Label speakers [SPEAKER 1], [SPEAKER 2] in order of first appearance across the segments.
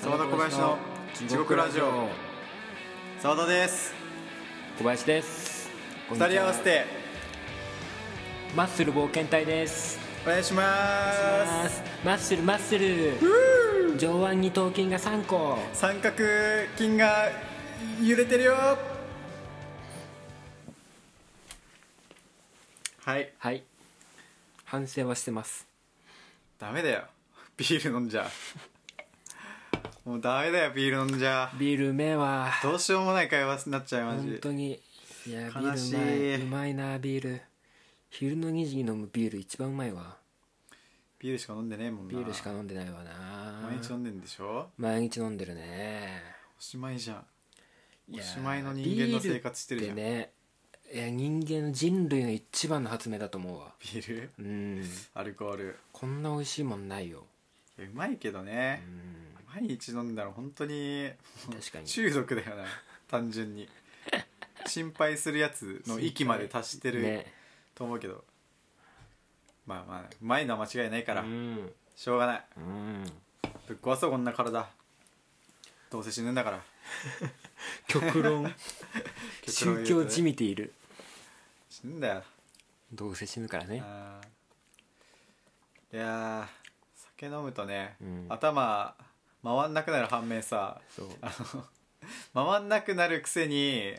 [SPEAKER 1] 沢田小林の地獄ラジオ沢田です
[SPEAKER 2] 小林です
[SPEAKER 1] 二人合わせて
[SPEAKER 2] マッスル冒険隊です
[SPEAKER 1] お願いします
[SPEAKER 2] マッスルマッスル上腕二頭筋が3個
[SPEAKER 1] 三角筋が揺れてるよはい
[SPEAKER 2] はい反省はしてます
[SPEAKER 1] ダメだよビール飲んじゃもうダメだよビール飲んじゃ
[SPEAKER 2] ビールうめえわ
[SPEAKER 1] どうしようもない会話になっちゃうマ
[SPEAKER 2] 本
[SPEAKER 1] ジ
[SPEAKER 2] 当にいやビー
[SPEAKER 1] 悲しい
[SPEAKER 2] ルうまいうまいなビール昼の2時に飲むビール一番うまいわ
[SPEAKER 1] ビールしか飲んでねえもんな
[SPEAKER 2] ビールしか飲んでないわな
[SPEAKER 1] 毎日飲んでんでしょ
[SPEAKER 2] 毎日飲んでるね
[SPEAKER 1] おしまいじゃん
[SPEAKER 2] いや
[SPEAKER 1] おしまいの人間の生活してるじゃん
[SPEAKER 2] ビールってねいや人間人類の一番の発明だと思うわ
[SPEAKER 1] ビール
[SPEAKER 2] うん
[SPEAKER 1] アルコール
[SPEAKER 2] こんな美味しいもんないよ
[SPEAKER 1] いやうまいけどね
[SPEAKER 2] う、ん
[SPEAKER 1] 毎日飲んだら本当に
[SPEAKER 2] 確かに
[SPEAKER 1] 中毒だよな単純に心配するやつの域まで達してる
[SPEAKER 2] ね
[SPEAKER 1] と思うけど、まあまあうまいのは間違いないから、
[SPEAKER 2] うん
[SPEAKER 1] しょうがない
[SPEAKER 2] うん
[SPEAKER 1] ぶっ壊そうこんな体どうせ死ぬんだから
[SPEAKER 2] 極論
[SPEAKER 1] 極論言
[SPEAKER 2] 宗
[SPEAKER 1] うとね
[SPEAKER 2] 教じみている
[SPEAKER 1] 死ぬんだよ
[SPEAKER 2] どうせ死ぬからね
[SPEAKER 1] あーいやー酒飲むとね、
[SPEAKER 2] うん
[SPEAKER 1] 頭回んなくなる反面さ
[SPEAKER 2] そう
[SPEAKER 1] 回んなくなるくせに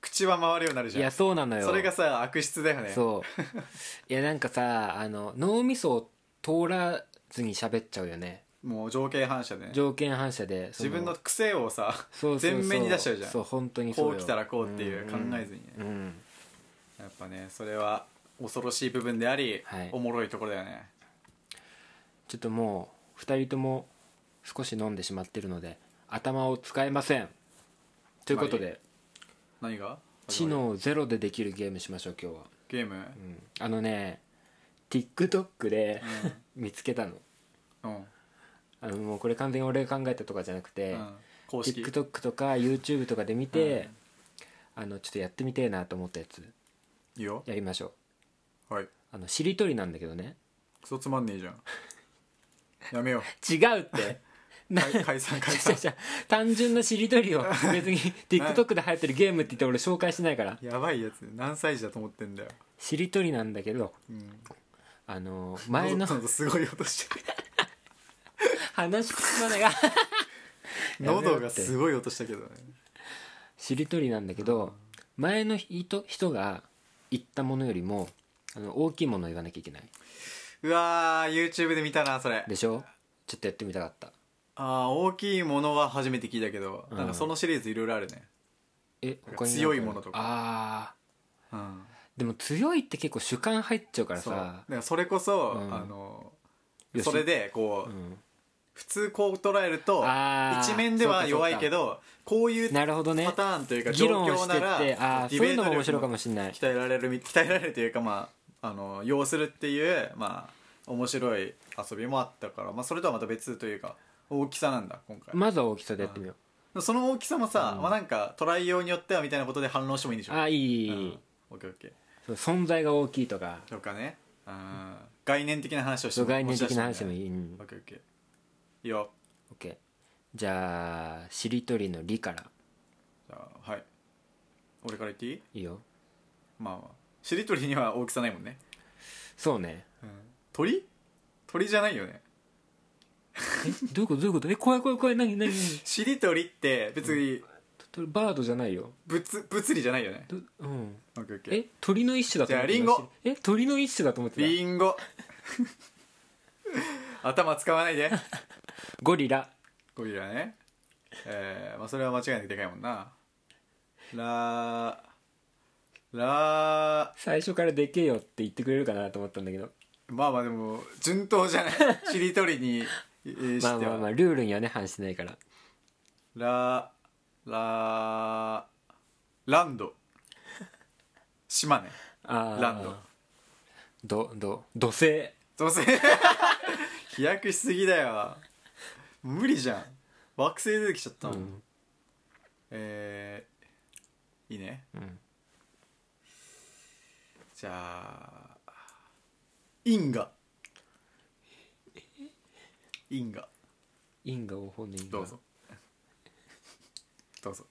[SPEAKER 1] 口は回るようになるじ
[SPEAKER 2] い
[SPEAKER 1] ゃ
[SPEAKER 2] や
[SPEAKER 1] ん
[SPEAKER 2] そうなのよ
[SPEAKER 1] それがさ悪質だよね
[SPEAKER 2] そういやなんかさあの脳みそを通らずに喋っちゃうよね
[SPEAKER 1] もう情景反射でね
[SPEAKER 2] 条件反射でそ
[SPEAKER 1] 自分の癖をさ
[SPEAKER 2] そうそうそう
[SPEAKER 1] 前面に出しちゃうじゃん
[SPEAKER 2] そう本当にそう
[SPEAKER 1] こ
[SPEAKER 2] よ
[SPEAKER 1] う来たらこうっていう考えずにね、
[SPEAKER 2] うんうん
[SPEAKER 1] やっぱねそれは恐ろしい部分であり、
[SPEAKER 2] はい
[SPEAKER 1] おもろいところだよね
[SPEAKER 2] ちょっともう2人とも少し飲んでしまってるので頭を使えませんということで、
[SPEAKER 1] ま何が
[SPEAKER 2] 知能をゼロでできるゲームしましょう今日は、
[SPEAKER 1] ゲーム
[SPEAKER 2] うんあのね TikTok で見つけたの
[SPEAKER 1] うん、
[SPEAKER 2] あのもうこれ完全に俺が考えたとかじゃなくて、
[SPEAKER 1] うん公式
[SPEAKER 2] TikTok とか YouTube とかで見て、あのちょっとやってみてえなと思ったやつ
[SPEAKER 1] いいよ
[SPEAKER 2] やりましょう
[SPEAKER 1] はい
[SPEAKER 2] あのしりとりなんだけどね
[SPEAKER 1] クソつまんねえじゃ んやめよ
[SPEAKER 2] 違うって
[SPEAKER 1] うかい解散解散
[SPEAKER 2] じゃ単純なしりとりを別に TikTok で流行ってるゲームって言って俺紹介しないから
[SPEAKER 1] やばいやつ何歳児だと思ってんだよ、
[SPEAKER 2] しりとりなんだけど
[SPEAKER 1] うん、
[SPEAKER 2] あの前の
[SPEAKER 1] ノートすごい音してる
[SPEAKER 2] 話し進まないがめろって
[SPEAKER 1] 喉がすごい音したけどね
[SPEAKER 2] しりとりなんだけど前の人人が言ったものよりもあの大きいものを言わなきゃいけないう
[SPEAKER 1] わー YouTube で見たなそれ
[SPEAKER 2] でしょちょっとやってみたかった
[SPEAKER 1] あー大きいものは初めて聞いたけど、
[SPEAKER 2] うん
[SPEAKER 1] なんかそのシリーズいろいろあるね、
[SPEAKER 2] え
[SPEAKER 1] なんか
[SPEAKER 2] 他に
[SPEAKER 1] 強いものとか
[SPEAKER 2] ああ
[SPEAKER 1] うん、
[SPEAKER 2] でも強いって結構主観入っちゃうから
[SPEAKER 1] そうだ
[SPEAKER 2] さ
[SPEAKER 1] からそれこそ、
[SPEAKER 2] うん
[SPEAKER 1] あの
[SPEAKER 2] よし
[SPEAKER 1] それでこ
[SPEAKER 2] う
[SPEAKER 1] う、
[SPEAKER 2] ん
[SPEAKER 1] 普通こう捉えると
[SPEAKER 2] あー
[SPEAKER 1] 一面では弱いけどこういう
[SPEAKER 2] なるほどね
[SPEAKER 1] パターンというか
[SPEAKER 2] 議
[SPEAKER 1] 状
[SPEAKER 2] 論を
[SPEAKER 1] 況
[SPEAKER 2] してっ
[SPEAKER 1] なら
[SPEAKER 2] てああ
[SPEAKER 1] デ
[SPEAKER 2] そ
[SPEAKER 1] ィ
[SPEAKER 2] う
[SPEAKER 1] ベ
[SPEAKER 2] いう
[SPEAKER 1] ー
[SPEAKER 2] の
[SPEAKER 1] ト
[SPEAKER 2] も面
[SPEAKER 1] 力
[SPEAKER 2] 白いか
[SPEAKER 1] も
[SPEAKER 2] もしれない
[SPEAKER 1] 鍛えられるみ 鍛えられるというかまああの要するっていうまあ面白い遊びもあったから、まあ、それとはまた別というか大きさなんだ今回、
[SPEAKER 2] まずは大きさでやってみよう
[SPEAKER 1] その大きさもさ、
[SPEAKER 2] うん
[SPEAKER 1] まあ、なんか捉えようによってはみたいなことで反論してもいいんでしょ
[SPEAKER 2] ああいいいい、いい
[SPEAKER 1] オッケーオッケー
[SPEAKER 2] そう存在が大きいとか
[SPEAKER 1] とかねうん概念的な話をして
[SPEAKER 2] そう概念的な話でも
[SPEAKER 1] い
[SPEAKER 2] いい、うん
[SPEAKER 1] オッケーオッケーいいよ
[SPEAKER 2] OK じゃあしりとりの「り」から
[SPEAKER 1] じゃあはい俺から言っていい
[SPEAKER 2] いいよ
[SPEAKER 1] まあまあしりとりには大きさないもんね、
[SPEAKER 2] そうね
[SPEAKER 1] うん、鳥鳥じゃないよね
[SPEAKER 2] えどういうことどういうことえ怖い怖い怖い何何何
[SPEAKER 1] しりとりって別に
[SPEAKER 2] とバードじゃないよ
[SPEAKER 1] 物物理じゃないよね
[SPEAKER 2] どうん
[SPEAKER 1] オッケーオッケー
[SPEAKER 2] え鳥の一種だと思ってた
[SPEAKER 1] じゃあリンゴ
[SPEAKER 2] え鳥の一種だと思ってた
[SPEAKER 1] リンゴ 頭使わないで
[SPEAKER 2] ゴリラ
[SPEAKER 1] ゴリラねえー、まあそれは間違いなくでかいもんなラーラー
[SPEAKER 2] 最初からでけえよって言ってくれるかなと思ったんだけど
[SPEAKER 1] まあまあでも順当 じゃないしりとりにえーして
[SPEAKER 2] ま
[SPEAKER 1] は、
[SPEAKER 2] あまあまあルールにはね反してないから
[SPEAKER 1] ララランド島根
[SPEAKER 2] ああ
[SPEAKER 1] ランド
[SPEAKER 2] どど土星
[SPEAKER 1] どうせ飛躍しすぎだよ無理じゃん惑星出てきちゃったもん、
[SPEAKER 2] うん
[SPEAKER 1] えー、いいね
[SPEAKER 2] うん
[SPEAKER 1] じゃあ因果因果
[SPEAKER 2] 因果応報の因
[SPEAKER 1] ど
[SPEAKER 2] 果
[SPEAKER 1] うぞどうぞ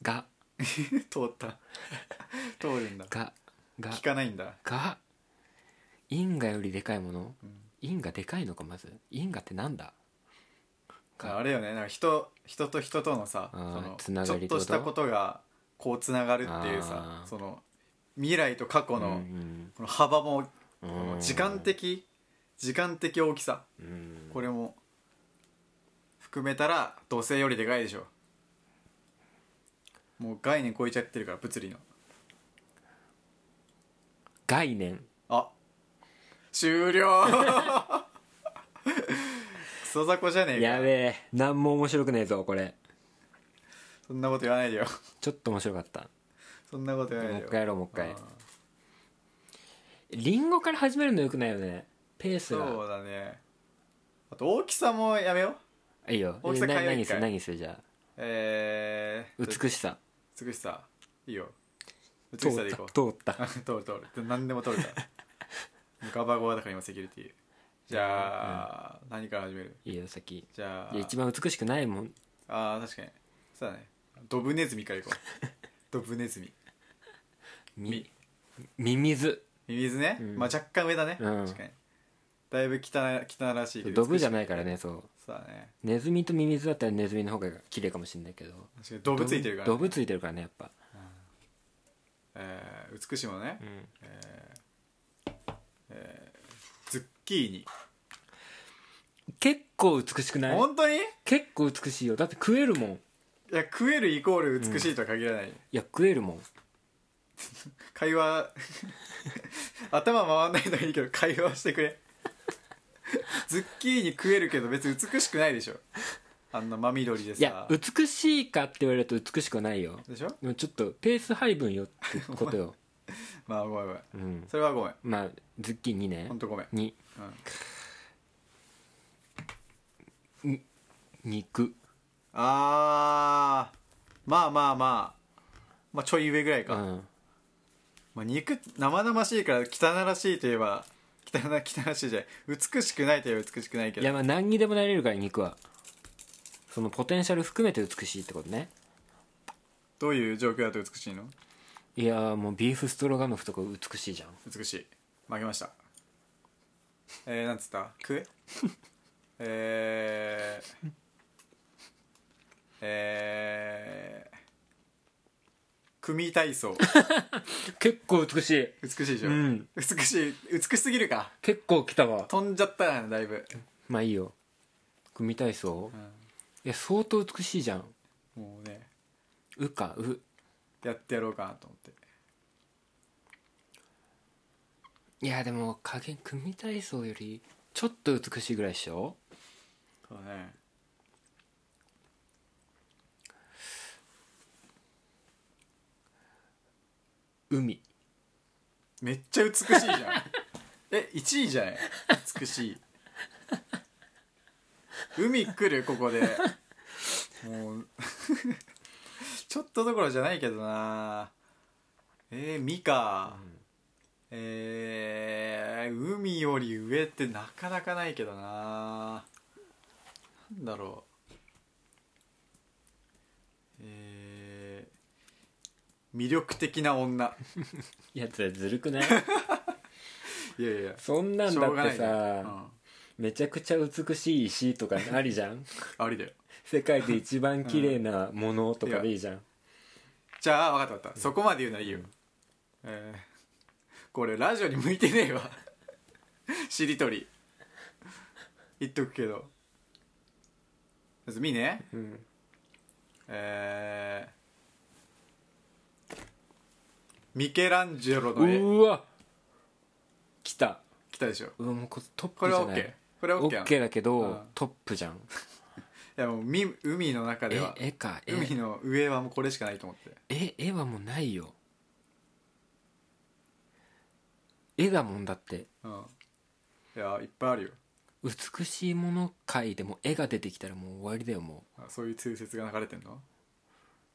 [SPEAKER 2] が
[SPEAKER 1] 通った通るんだ
[SPEAKER 2] がが
[SPEAKER 1] 聞かないんだ
[SPEAKER 2] が因果よりでかいもの
[SPEAKER 1] うん
[SPEAKER 2] 因果でかいのかまず因果ってなんだ
[SPEAKER 1] あれよねなんか人人と人とのさ
[SPEAKER 2] あー
[SPEAKER 1] その
[SPEAKER 2] つな
[SPEAKER 1] ち
[SPEAKER 2] が
[SPEAKER 1] ょ
[SPEAKER 2] りっ
[SPEAKER 1] って
[SPEAKER 2] こと
[SPEAKER 1] としたことがこうつながるっていう
[SPEAKER 2] あ
[SPEAKER 1] さ
[SPEAKER 2] ー
[SPEAKER 1] その未来と過去の,、
[SPEAKER 2] うん
[SPEAKER 1] この幅も
[SPEAKER 2] うん
[SPEAKER 1] こ
[SPEAKER 2] う
[SPEAKER 1] の
[SPEAKER 2] ん
[SPEAKER 1] 時間的時間的大きさ
[SPEAKER 2] うん
[SPEAKER 1] これも含めたら土星よりでかいでしょもう概念超えちゃってるから物理の
[SPEAKER 2] 概念
[SPEAKER 1] あ 終了クソ雑魚じゃねえか
[SPEAKER 2] やべえ何も面白くねえぞこれ
[SPEAKER 1] そんなこと言わないでよ
[SPEAKER 2] ちょっと面白かった
[SPEAKER 1] そんなこと言わない
[SPEAKER 2] もう
[SPEAKER 1] でよ
[SPEAKER 2] 一回やろうもう一
[SPEAKER 1] あ
[SPEAKER 2] 回
[SPEAKER 1] ー
[SPEAKER 2] リンゴから始めるのよくないよねペース
[SPEAKER 1] そ
[SPEAKER 2] が
[SPEAKER 1] うだねあと大きさもやめよう
[SPEAKER 2] いいよ
[SPEAKER 1] 大きさ
[SPEAKER 2] な
[SPEAKER 1] 変えよう
[SPEAKER 2] 何
[SPEAKER 1] 一
[SPEAKER 2] する
[SPEAKER 1] 回
[SPEAKER 2] 何するじゃあ
[SPEAKER 1] えー、
[SPEAKER 2] 美しさ
[SPEAKER 1] 美しさいいよ
[SPEAKER 2] 通
[SPEAKER 1] 美
[SPEAKER 2] っ
[SPEAKER 1] しさでいこう
[SPEAKER 2] た通った
[SPEAKER 1] あ 通る通る何でも通るからガバゴバだから今セキュリティじゃあ、何から始める
[SPEAKER 2] いいよ先
[SPEAKER 1] じゃあ
[SPEAKER 2] いや一番美しくないもん
[SPEAKER 1] あー確かにそうだねドブネズミからいこ うドブネズミ
[SPEAKER 2] みミミズ
[SPEAKER 1] ミミズね、
[SPEAKER 2] うん
[SPEAKER 1] まあ若干上だね、
[SPEAKER 2] うん
[SPEAKER 1] 確かにだいぶ汚い汚らしいけど
[SPEAKER 2] ドブじゃ
[SPEAKER 1] い
[SPEAKER 2] ないからねそう
[SPEAKER 1] そうだね
[SPEAKER 2] ネズミとミミズだったらネズミの方が綺麗かもしれないけど
[SPEAKER 1] 確かにドブついてるから、ね、
[SPEAKER 2] ドブついてるからねやっぱ
[SPEAKER 1] えー美しいものね、
[SPEAKER 2] ん
[SPEAKER 1] えーえーズッキーニ
[SPEAKER 2] 結構美しくない
[SPEAKER 1] 本当にい
[SPEAKER 2] 結構美しいよだって食えるもんい
[SPEAKER 1] や食えるイコール美しいとは限らない、
[SPEAKER 2] や食えるもん
[SPEAKER 1] 会話 頭回んないのはいいけど会話してくれズッキーニ食えるけど別に美しくないでしょあんな真緑で
[SPEAKER 2] いや
[SPEAKER 1] さ
[SPEAKER 2] 美しいかって言われると美しくはないよ
[SPEAKER 1] でしょ
[SPEAKER 2] でもちょっとペース配分よってこと よ、
[SPEAKER 1] まあごめんごめん
[SPEAKER 2] うん、
[SPEAKER 1] それはごめん
[SPEAKER 2] まあズッキーニね
[SPEAKER 1] ほんとごめん、
[SPEAKER 2] に
[SPEAKER 1] うん、
[SPEAKER 2] 肉
[SPEAKER 1] あーまあまあまあまあちょい上ぐらいうか、
[SPEAKER 2] ん
[SPEAKER 1] まあ、肉生々しいから汚らしいといえば汚な汚らしいじゃない美しくないといえば美しくないけ
[SPEAKER 2] い
[SPEAKER 1] ど
[SPEAKER 2] やまあ何にでもなれるから肉はそのポテンシャル含めて美しいってことね
[SPEAKER 1] どういう状況だと美しいの
[SPEAKER 2] いやーもうビーフストロガノフとか美しいじゃん
[SPEAKER 1] 美しい負けましたえー、なんつった食え えー、えー、組体操
[SPEAKER 2] 結構美しい
[SPEAKER 1] 美しいでしょ、
[SPEAKER 2] うん
[SPEAKER 1] 美しい美しすぎるか
[SPEAKER 2] 結構きたわ
[SPEAKER 1] 飛んじゃったなだいぶ、
[SPEAKER 2] まあいいよ組体操
[SPEAKER 1] う
[SPEAKER 2] いや相当美しいじゃん
[SPEAKER 1] ん、もうね
[SPEAKER 2] うかう
[SPEAKER 1] やってやろうかなと思って
[SPEAKER 2] いやでも加減組体操よりちょっと美しいぐらいでしょ
[SPEAKER 1] そうね
[SPEAKER 2] 海
[SPEAKER 1] めっちゃ美しいじゃん え1位じゃない美しい海来るここでもう ちょっとどころじゃないけどなえー、ミカ、えー、海より上ってなかなかないけどななんだろうえー、魅力的な女
[SPEAKER 2] いやつらずるくない
[SPEAKER 1] いやい や
[SPEAKER 2] そんなんだって
[SPEAKER 1] しょうがないね
[SPEAKER 2] さめちゃくちゃ美しい石とかありじゃん
[SPEAKER 1] うん、ありだよ
[SPEAKER 2] 世界で一番綺麗なものとかでいいじゃん
[SPEAKER 1] じゃあ分かった分かったそこまで言うならいいよ、えーこれラジオに向いてねえわ しりとり言っとくけどまず見ね
[SPEAKER 2] うん
[SPEAKER 1] えーミケランジェロ
[SPEAKER 2] う
[SPEAKER 1] の絵
[SPEAKER 2] ーわ来た
[SPEAKER 1] 来たでしょ
[SPEAKER 2] うわもうこトッ
[SPEAKER 1] こ
[SPEAKER 2] プ
[SPEAKER 1] れ
[SPEAKER 2] じゃ
[SPEAKER 1] は
[SPEAKER 2] ない
[SPEAKER 1] OK これは
[SPEAKER 2] オ
[SPEAKER 1] OK な
[SPEAKER 2] ッ
[SPEAKER 1] の
[SPEAKER 2] ケーだけど、
[SPEAKER 1] うん
[SPEAKER 2] トップじゃん
[SPEAKER 1] いやもうみ海の中で
[SPEAKER 2] え
[SPEAKER 1] は
[SPEAKER 2] 絵か絵
[SPEAKER 1] 海の上はもうこれしかないと思って
[SPEAKER 2] え絵はもうないよ絵だもんだって
[SPEAKER 1] うんいやいっぱいあるよ
[SPEAKER 2] 美しいもの界でも絵が出てきたらもう終わりだよも
[SPEAKER 1] あそういう通説が流れてんの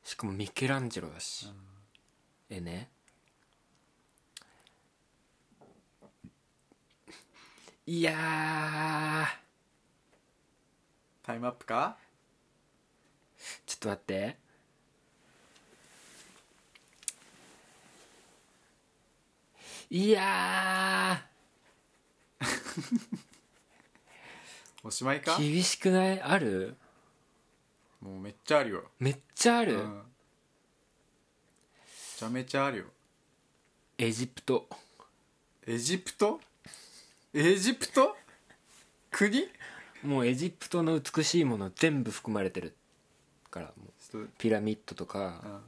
[SPEAKER 2] うしかもミケランジェロだし、絵ねいや
[SPEAKER 1] タイムアップか
[SPEAKER 2] ちょっと待っていや
[SPEAKER 1] おしまいか
[SPEAKER 2] ー厳しくないある
[SPEAKER 1] もうめっちゃあるよ、
[SPEAKER 2] めっちゃあ
[SPEAKER 1] う
[SPEAKER 2] る、
[SPEAKER 1] ん、めちゃめちゃあるよ
[SPEAKER 2] エジプト
[SPEAKER 1] エジプトエジプト国ち
[SPEAKER 2] もうエジプトの美しいもの全部含まれてるからもう
[SPEAKER 1] ょっと
[SPEAKER 2] ピラミッドと
[SPEAKER 1] う
[SPEAKER 2] か
[SPEAKER 1] ん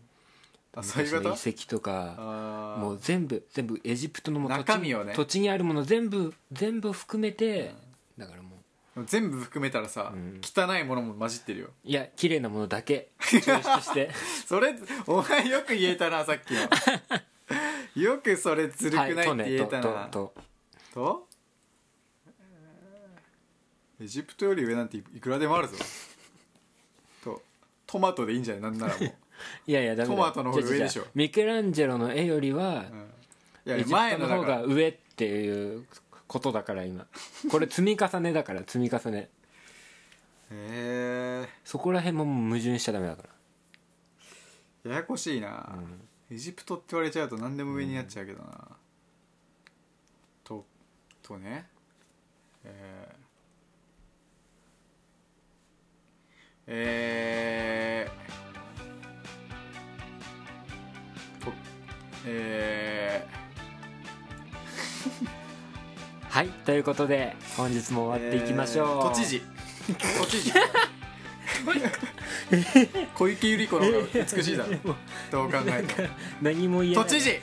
[SPEAKER 1] あそういうこ
[SPEAKER 2] 昔の
[SPEAKER 1] と
[SPEAKER 2] 遺跡とか
[SPEAKER 1] あ
[SPEAKER 2] も
[SPEAKER 1] も
[SPEAKER 2] う全部全部エジプトのもう土地
[SPEAKER 1] 中身をね
[SPEAKER 2] 土地にあるもの全部全部含めて、だからもう
[SPEAKER 1] う全部含めたらさ、
[SPEAKER 2] うん
[SPEAKER 1] 汚いものも混じってるよ
[SPEAKER 2] いや綺麗なものだけ抽出 して
[SPEAKER 1] それお前よく言え たなさっきのよくそれずる
[SPEAKER 2] はい
[SPEAKER 1] くない
[SPEAKER 2] と
[SPEAKER 1] って
[SPEAKER 2] ね
[SPEAKER 1] 言え
[SPEAKER 2] と
[SPEAKER 1] たな、
[SPEAKER 2] とと
[SPEAKER 1] とエジプトより上なんていくらでもあるぞとトマトでいいんじゃないなんならもう、
[SPEAKER 2] いやいやダメだ
[SPEAKER 1] トマトの方が上でしょ
[SPEAKER 2] 違う違う違うミケランジェロの絵よりは
[SPEAKER 1] うん、いや
[SPEAKER 2] エジプ
[SPEAKER 1] 前
[SPEAKER 2] ト
[SPEAKER 1] の
[SPEAKER 2] の方
[SPEAKER 1] だから
[SPEAKER 2] が上っていうことだから今これ積み重ねだから積み重ね
[SPEAKER 1] へ
[SPEAKER 2] そこら辺ももう矛盾しちゃダメだから
[SPEAKER 1] えややこしいな、エジプトって言われちゃうと何でも上になっちゃうけどな、ととねえーえーとえー
[SPEAKER 2] はいということで本日も終わっていきましょう、
[SPEAKER 1] えー都知事 都知事小池百合子の方が美しいだろどう考えても
[SPEAKER 2] 何も言えない
[SPEAKER 1] 都知事